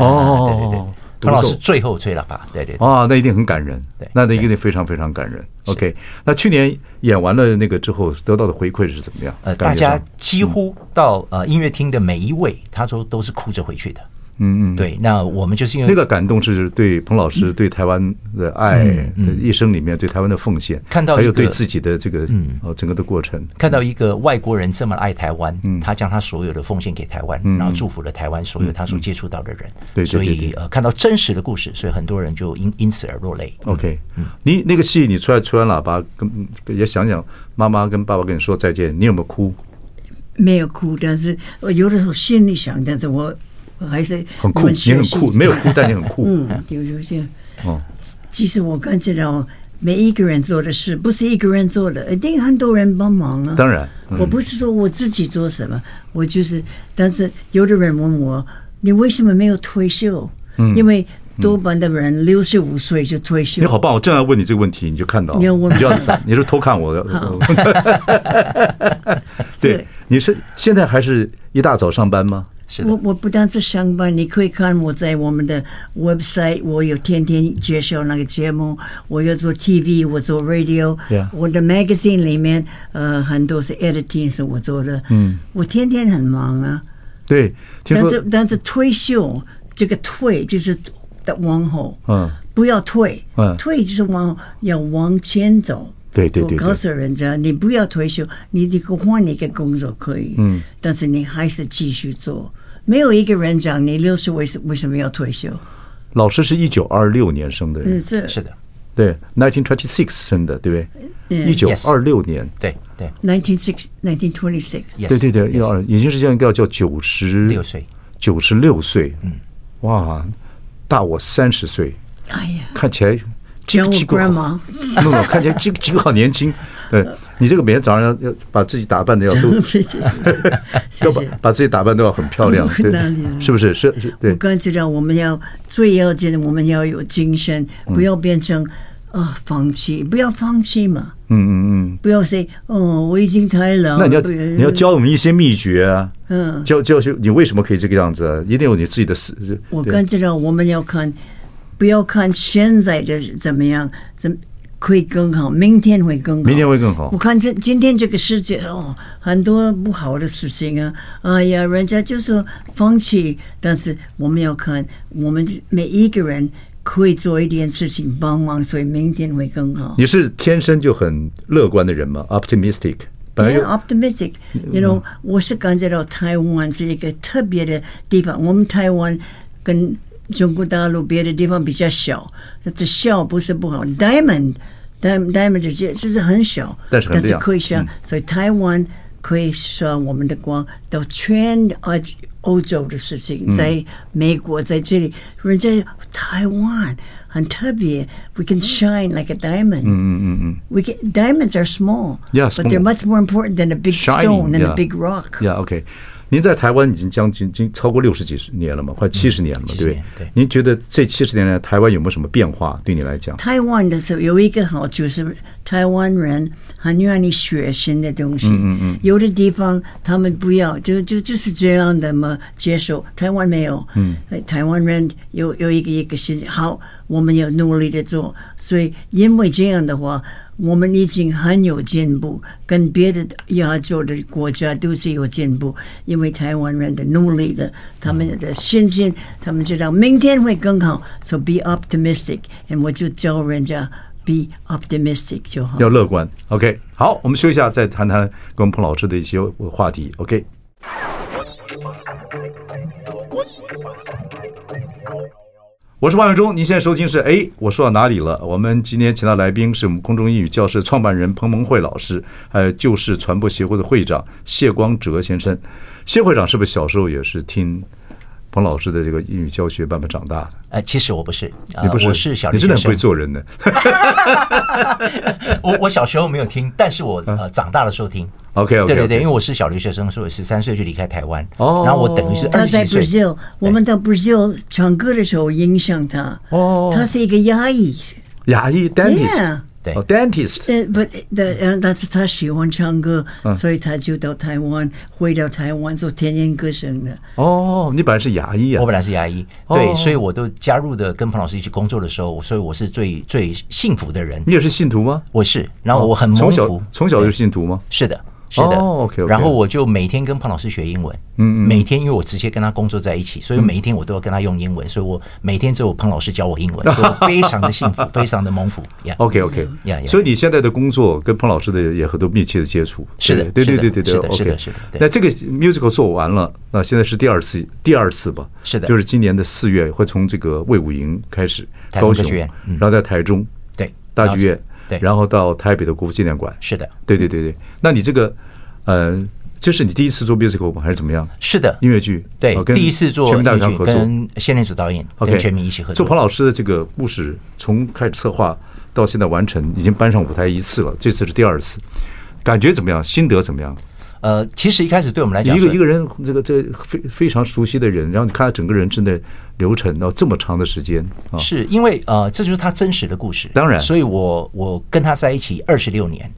Speaker 1: 哦，
Speaker 4: 啊对对对，
Speaker 1: 独
Speaker 4: 彭老师
Speaker 1: 奏
Speaker 4: 最后吹喇叭，对对对，
Speaker 1: 啊，那一定很感人
Speaker 4: 对，
Speaker 1: 那一定非常非常感人。OK，那去年演完了那个之后，得到的回馈是怎么样？
Speaker 4: 呃，大
Speaker 1: 感觉上嗯
Speaker 4: 家几乎到呃音乐厅的每一位，他说都是哭着回去的。
Speaker 1: 嗯嗯，
Speaker 4: 对，那我们就是因为
Speaker 1: 那个感动是对彭老师对台湾的爱，
Speaker 4: 嗯
Speaker 1: 一生里面对台湾的奉献，
Speaker 4: 看到一个
Speaker 1: 还有对自己的这个
Speaker 4: 嗯
Speaker 1: 呃整个的过程。
Speaker 4: 看到一个外国人这么爱台湾，
Speaker 1: 嗯
Speaker 4: 他将他所有的奉献给台湾，然后祝福了台湾所有他所接触到的人，
Speaker 1: 对对对
Speaker 4: 所
Speaker 1: 对
Speaker 4: 以呃看到真实的故事，所以很多人就因因此而落泪。
Speaker 1: OK，你
Speaker 4: 嗯
Speaker 1: 那个戏你出来吹完喇叭，跟也想想妈妈跟爸爸跟你说再见，你有没有哭？
Speaker 3: 没有哭，但是我有的时候心里想，但是我我还是
Speaker 1: 很酷，
Speaker 3: 我们
Speaker 1: 你
Speaker 3: 学
Speaker 1: 很
Speaker 3: 习
Speaker 1: 酷，没有哭，但你很 酷。哎
Speaker 3: 嗯，有有些
Speaker 1: 哦，
Speaker 3: 其实我感觉到每一个人做的事不是一个人做的，一定很多人帮忙啊。
Speaker 1: 当然嗯
Speaker 3: 我不是说我自己做什么，我就是，但是有的人问我，你为什么没有退休？嗯，因为多半的人六十五岁就退休。
Speaker 1: 你好棒！我正要问你这个问题，你就看到，
Speaker 3: 你要问吗
Speaker 1: 就要你是偷看我的。 对
Speaker 3: 对，
Speaker 1: 你是现在还是一大早上班吗？
Speaker 4: 是的
Speaker 3: 我，我不但是上班，你可以看我在我们的 website，我有天天介绍那个节目，我有做 TV，我做 radio，、
Speaker 1: Yeah
Speaker 3: 我的 magazine 里面呃很多是 editing 是我做的，嗯，我天天很忙啊，
Speaker 1: 对，听
Speaker 3: 但
Speaker 1: 说
Speaker 3: 是但是退休这个退就是往后，
Speaker 1: 嗯，
Speaker 3: 不要退，
Speaker 1: 嗯
Speaker 3: 退就是往要往前走。
Speaker 1: 对对对
Speaker 3: 我告诉人家，你不要退休，你这个换一个工作可以，嗯，但是你还是继续做。没有一个人讲你六十为什为什么要退休？
Speaker 1: 老师是一九二六年生的
Speaker 3: 嗯，
Speaker 1: 人，
Speaker 3: 是
Speaker 4: 是的，
Speaker 1: 对，nineteen twenty six 生的，对不对？一
Speaker 3: 嗯
Speaker 1: 九二六年，
Speaker 4: 对对
Speaker 3: nineteen six nineteen twenty six，
Speaker 4: ，yes，
Speaker 1: 对对对，
Speaker 4: yes，
Speaker 1: 要二，已经是这样要叫九十
Speaker 4: 六岁，
Speaker 1: 九十六岁，嗯，哇，大我三十岁，
Speaker 3: 哎 呀，
Speaker 1: 看起来这
Speaker 3: 讲
Speaker 1: 个
Speaker 3: 我
Speaker 1: 机构
Speaker 3: grandma，
Speaker 1: 弄弄看起来这个这个好年轻。对，你这个每天早上要要把自己打扮的 要都
Speaker 3: 谢谢
Speaker 1: 要
Speaker 3: 谢
Speaker 1: 把
Speaker 3: 谢。
Speaker 1: 把自己打扮都要很漂亮，对
Speaker 3: 哪里，啊
Speaker 1: 是不是？是是，
Speaker 3: 我
Speaker 1: 对，
Speaker 3: 刚才知道，我们要最要紧的，我们要有精神，
Speaker 1: 嗯
Speaker 3: 不要变成啊放弃，不要放弃嘛，
Speaker 1: 嗯嗯嗯。
Speaker 3: 不要 say 哦，我已经太老了。
Speaker 1: 那你要
Speaker 3: 不
Speaker 1: 你要教我们一些秘诀啊，
Speaker 3: 嗯
Speaker 1: 教教学你为什么可以这个样子啊？一定有你自己的思。
Speaker 3: 我
Speaker 1: 对
Speaker 3: 刚知道我们要看，不要看现在的怎么样，怎可以更好，明天会更好，
Speaker 1: 明天会更好
Speaker 3: 我看这今天这个世界哦，很多不好的事情啊，哎呀，人家就说放弃，但是我们要看，我们每一个人可以做一点事情帮忙，所以明天会更好。
Speaker 1: 你是天生就很乐观的人吗？Optimistic，本来
Speaker 3: Yeah,
Speaker 1: 就
Speaker 3: optimistic. You know，、我是感觉到台湾是一个特别的地方。我们台湾跟中国大陆别的地方比较小，这小不是不好。Diamond，Diamond Diamond 的界就是很小，
Speaker 1: 但是很亮
Speaker 3: 可以像，所以台湾可以说我们的光到全呃欧洲的事情，在美国在这里，人家台湾很特别，we can shine like a diamond。We can, diamonds are small,
Speaker 1: Yeah,
Speaker 3: but they're
Speaker 1: small.
Speaker 3: much more important than a big
Speaker 1: Shining,
Speaker 3: stone and
Speaker 1: yeah.
Speaker 3: a big rock.
Speaker 1: Yeah，OK。您在台湾已经将近经超过六十几十年了嘛，快七十年了嘛，对不
Speaker 4: 70
Speaker 1: 对
Speaker 4: 年？对
Speaker 1: 您觉得这七十年来台湾有没有什么变化？对你来讲，
Speaker 3: oh, 台湾的时候有一个好处是，台湾人很愿意学新的东西。
Speaker 1: Mm,
Speaker 3: 嗯嗯有的地方他们不要，就就就是这样的嘛，接受。台湾没有，
Speaker 1: Mm.
Speaker 3: 嗯，台湾人有有一个一个心好，我们有努力的做，所以因为这样的话。我们已经很有进步，跟别的亚洲的国家都是有进步，因为台湾人的努力的，他们的信心，他们知道明天会更好，so be optimistic，我就教人家 be optimistic 就好。
Speaker 1: 要乐观。OK，好，我们休息一下，再谈谈跟彭老师的一些话题。OK。我是万永忠，您现在收听是哎，我说到哪里了？我们今天请到来宾是我们空中英语教室创办人彭蒙慧老师，还有旧式传播协会的会长谢光哲先生。谢会长是不是小时候也是听彭老师的这个英语教学慢慢长大的？
Speaker 4: 呃，其实我不是，呃
Speaker 1: 你不是？
Speaker 4: 我是小
Speaker 1: 你
Speaker 4: 留
Speaker 1: 真
Speaker 4: 学
Speaker 1: 的很会
Speaker 4: 生。
Speaker 1: 做人呢。
Speaker 4: 我我小时候没有听，但是我
Speaker 1: 啊
Speaker 4: 呃长大的时候听。
Speaker 1: OK，OK，OK
Speaker 4: 对对对，因为我是小留学生，所以我十三岁就离开台湾，
Speaker 1: 哦
Speaker 4: 然后我等于是
Speaker 3: 他
Speaker 4: 二
Speaker 3: 在
Speaker 4: 十几岁。哎
Speaker 3: Brazil，我们到 Brazil 唱歌的时候影响他。
Speaker 1: 哦
Speaker 3: 他是一个压抑。
Speaker 1: 牙医 dentist，
Speaker 3: Yeah
Speaker 4: 对
Speaker 1: 哦 dentist，
Speaker 3: 呃，不，的，呃，但是他喜欢唱歌，
Speaker 4: 嗯
Speaker 3: 所以他就到台湾，回到台湾做天音歌声的。
Speaker 1: 哦，你本来是牙医啊
Speaker 4: 我。本来是牙医，
Speaker 1: 哦
Speaker 4: 对，所以我都加入的跟彭老师一起工作的时候，所以我是最最幸福的人。
Speaker 1: 你也是信徒吗？
Speaker 4: 我是，然后我很蒙
Speaker 1: 从小
Speaker 4: 福，
Speaker 1: 从小就是信徒吗？
Speaker 4: 是的，是的。
Speaker 1: 哦，OK，OK
Speaker 4: 然后我就每天跟胖老师学英文，嗯嗯，每天因为我直接跟他工作在一起，
Speaker 1: 嗯
Speaker 4: 所以每一天我都要跟他用英文，所以我每天只有胖老师教我英 文，所以我非常的幸福， 非常的蒙福呀。
Speaker 1: OK OK，
Speaker 4: 嗯呀呀
Speaker 1: 所以你现在的工作跟彭老师的也很多密切的接触，
Speaker 4: 是的
Speaker 1: 对对对对
Speaker 4: 是的
Speaker 1: 对
Speaker 4: 是
Speaker 1: 对
Speaker 4: 的
Speaker 1: ，OK，
Speaker 4: 是的是的对
Speaker 1: 那这个 musical 做完了，那现在是第二次，第二次吧？
Speaker 4: 是的
Speaker 1: 就是今年的四月会从这个魏武营开始，
Speaker 4: 台
Speaker 1: 高
Speaker 4: 中歌
Speaker 1: 雄
Speaker 4: 剧院，嗯
Speaker 1: 然后在台中
Speaker 4: 对，
Speaker 1: 大剧院，
Speaker 4: 对，
Speaker 1: 然后到台北的国父纪念馆，
Speaker 4: 是的，
Speaker 1: 对对对对。那你这个呃，这是你第一次做 musical 吗？还是怎么样？
Speaker 4: 是的，
Speaker 1: 音乐剧
Speaker 4: 对
Speaker 1: 哦，跟
Speaker 4: 第一次做
Speaker 1: 全民大
Speaker 4: 音乐
Speaker 1: 合
Speaker 4: 剧
Speaker 1: 合作。
Speaker 4: 跟谢念祖导演
Speaker 1: OK，
Speaker 4: 跟全民一起合
Speaker 1: 做彭
Speaker 4: 作。
Speaker 1: 老师的这个故事，从开始策划到现在完成，已经搬上舞台一次了，这次是第二次，感觉怎么样？心得怎么样？
Speaker 4: 呃，其实一开始对我们来讲
Speaker 1: 一
Speaker 4: 是，
Speaker 1: 个一个人，这个这个非非常熟悉的人，然后你看他整个人生的流程，然后这么长的时间啊，
Speaker 4: 是因为呃，这就是他真实的故事。
Speaker 1: 当然
Speaker 4: 所以我我跟他在一起二十六年，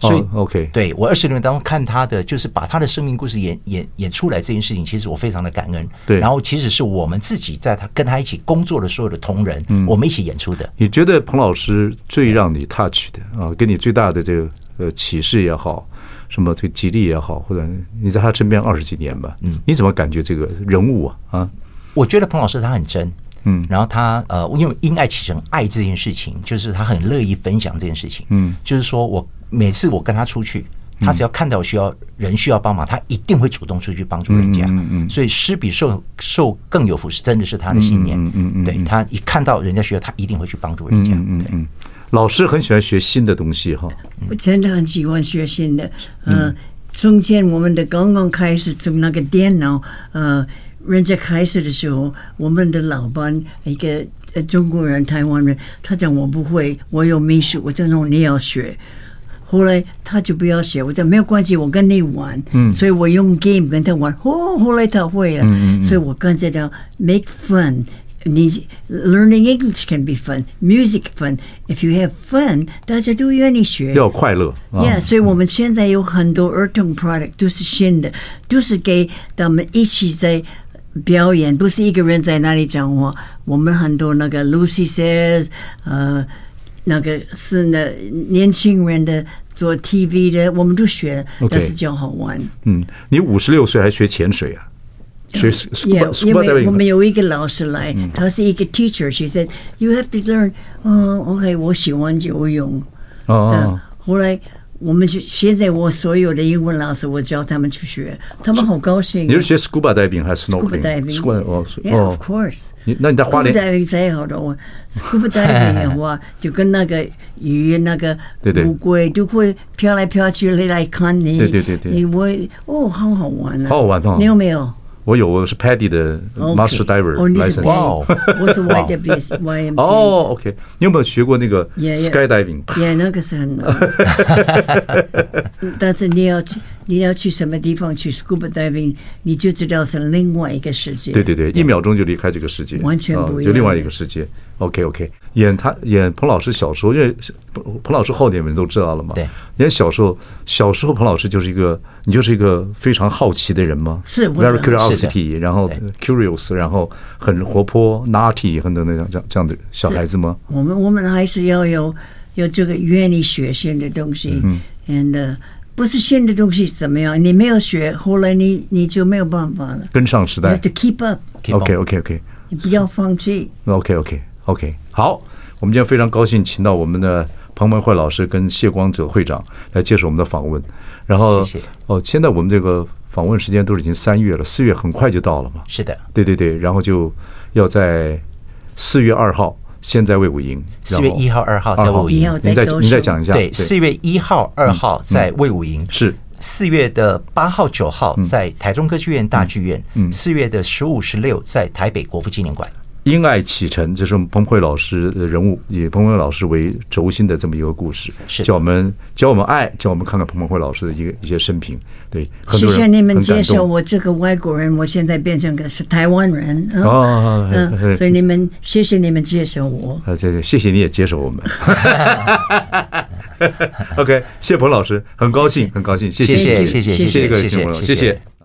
Speaker 4: 所以、
Speaker 1: 哦，OK
Speaker 4: 对我二十六年当中看他的，就是把他的生命故事演演演出来这件事情，其实我非常的感恩。
Speaker 1: 对
Speaker 4: 然后其实是我们自己在他跟他一起工作的所有的同仁，
Speaker 1: 嗯
Speaker 4: 我们一起演出的。
Speaker 1: 你觉得彭老师最让你 touch 的啊，给你最大的这个呃启示也好，什么这个激励也好，或者你在他身边二十几年吧，嗯，你怎么感觉这个人物啊啊？
Speaker 4: 我觉得彭老师他很真，
Speaker 1: 嗯
Speaker 4: 然后他呃，因为因爱启程，爱这件事情，就是他很乐意分享这件事情，
Speaker 1: 嗯，
Speaker 4: 就是说我每次我跟他出去，他只要看到需要人需要帮忙，他一定会主动出去帮助人家，
Speaker 1: 嗯嗯嗯
Speaker 4: 所以施比受受更有福是真的是他的信念，
Speaker 1: 嗯嗯嗯嗯嗯
Speaker 4: 对他一看到人家需要，他一定会去帮助人家，
Speaker 1: 嗯嗯
Speaker 4: 对。
Speaker 1: 嗯，老师很喜欢学新的东西哈，
Speaker 3: 我真的很喜欢学新的。呃，从前我们的刚刚开始从那个电脑，呃，人家开始的时候，我们的老板一个呃中国人、台湾人，他讲我不会，我有秘书，我就弄你要学。后来他就不要写，我讲没有关系，我跟你玩，嗯、所以我用 game 跟他玩。哦，后来他会了，所以我感觉到 make fun。你 learning English can be fun, music fun. If you have fun，大家都愿意学。
Speaker 4: 哎
Speaker 1: 要快乐啊。
Speaker 3: Yeah，所以我们现在有很多儿童 product 都是新的，都是给他们一起在表演，不是一个人在那里讲话。我们很多那个 Lucy says，呃，那个是那年轻人的做 TV 的，我们都学，
Speaker 1: OK
Speaker 3: 但是较好玩。
Speaker 1: 嗯，你五十六岁还学潜水啊？学
Speaker 3: Yeah，
Speaker 1: scuba
Speaker 3: 因
Speaker 1: scuba
Speaker 3: 为我们
Speaker 1: diving？嗯
Speaker 3: 有一个老师来，他是一个 teacher，she said you have to learn。嗯，OK，我喜欢游泳。
Speaker 1: 哦
Speaker 3: 嗯
Speaker 1: 哦，，
Speaker 3: 后来我们就现在我所有的英文老师，我教他们去学，他们好高兴。啊
Speaker 1: 你是学 scuba diving 还是
Speaker 3: scuba diving？
Speaker 1: snorkeling？scuba 哦
Speaker 3: Yeah, of
Speaker 1: 哦，
Speaker 3: course.
Speaker 1: 你那你在花
Speaker 3: scuba
Speaker 1: 莲
Speaker 3: diving 才好的我啊 scuba diving 的话，就跟那个鱼、那个
Speaker 1: 对对
Speaker 3: 乌龟都会飘来飘去，来来看你。
Speaker 1: 对对对对
Speaker 3: 你会哦，好好玩啊！
Speaker 1: 好好玩哦
Speaker 3: 你有没有
Speaker 1: 我有我是 Paddy 的
Speaker 3: OK
Speaker 1: master diver
Speaker 3: 哦，你是
Speaker 1: license。
Speaker 4: 哇哦
Speaker 3: Paddy，我是 YWC YMCA。
Speaker 1: 哦，OK，你有没有学过那个
Speaker 3: Yeah, yeah.
Speaker 1: skydiving？
Speaker 3: 也那个 是很难，但是你要去你要去什么地方去 scuba diving，你就知道是另外一个世界。
Speaker 1: 对对对，一秒钟就离开这个世界，
Speaker 3: 完全不
Speaker 1: 啊
Speaker 3: 一样
Speaker 1: 就另外一个世界。 OK OK，演他演彭老师小时候，因为彭彭老师后面你们都知道了嘛。
Speaker 4: 对，
Speaker 1: 演小时候，小时候彭老师就是一个，你就是一个非常好奇的人吗？
Speaker 3: 是我
Speaker 1: ，very
Speaker 3: 是
Speaker 1: curiosity，然后
Speaker 4: 对
Speaker 1: curious，然后很活泼，naughty，很多那种这样这样的小孩子吗？
Speaker 3: 我们我们还是要有有这个愿意学新的东西，嗯的，不是新的东西怎么样？你没有学，后来你你就没有办法了。
Speaker 1: 跟上时
Speaker 3: You
Speaker 1: 代
Speaker 3: have to。keep up，
Speaker 4: Keep on
Speaker 1: OK OK OK
Speaker 3: 你不要放弃。
Speaker 1: OK OK OK，好，我们今天非常高兴请到我们的彭文慧老师跟谢光哲会长来接受我们的访问。然后
Speaker 4: 谢谢
Speaker 1: 哦，现在我们这个访问时间都是已经三月了，四月很快就到了嘛。
Speaker 4: 是的，
Speaker 1: 对对对，然后就要在四月二号先在魏武营，
Speaker 4: 4月1号2号在魏武
Speaker 3: 营
Speaker 1: 您再
Speaker 3: 在高雄
Speaker 1: 您再讲一下，
Speaker 4: 对，四月一号、二号在魏武营，
Speaker 1: 嗯是
Speaker 4: 四月的八号、九号在台中歌剧院大剧院，四月的十五、十六在台北国父纪念馆。
Speaker 1: 因爱启程，这是我们彭慧老师的人物，以彭慧老师为轴心的这么一个故事，
Speaker 4: 是
Speaker 1: 教我们教我们爱，教我们看看彭慧老师的一个一些生平，对，很
Speaker 3: 谢
Speaker 1: 多人
Speaker 3: 谢你们
Speaker 1: 很感
Speaker 3: 接受
Speaker 1: 动
Speaker 3: 我这个外国人，我现在变成个是台湾人。嗯
Speaker 1: 哦嘿嘿
Speaker 3: 嗯，所以你们谢谢你们接受我。
Speaker 1: 啊，对对，谢谢你也接受我们。OK，谢彭老师，很高兴，很高兴，谢
Speaker 4: 谢
Speaker 1: 谢
Speaker 4: 谢谢谢
Speaker 1: 谢谢各位
Speaker 4: 谢谢
Speaker 1: 听众朋友，
Speaker 4: 谢谢
Speaker 1: 谢谢。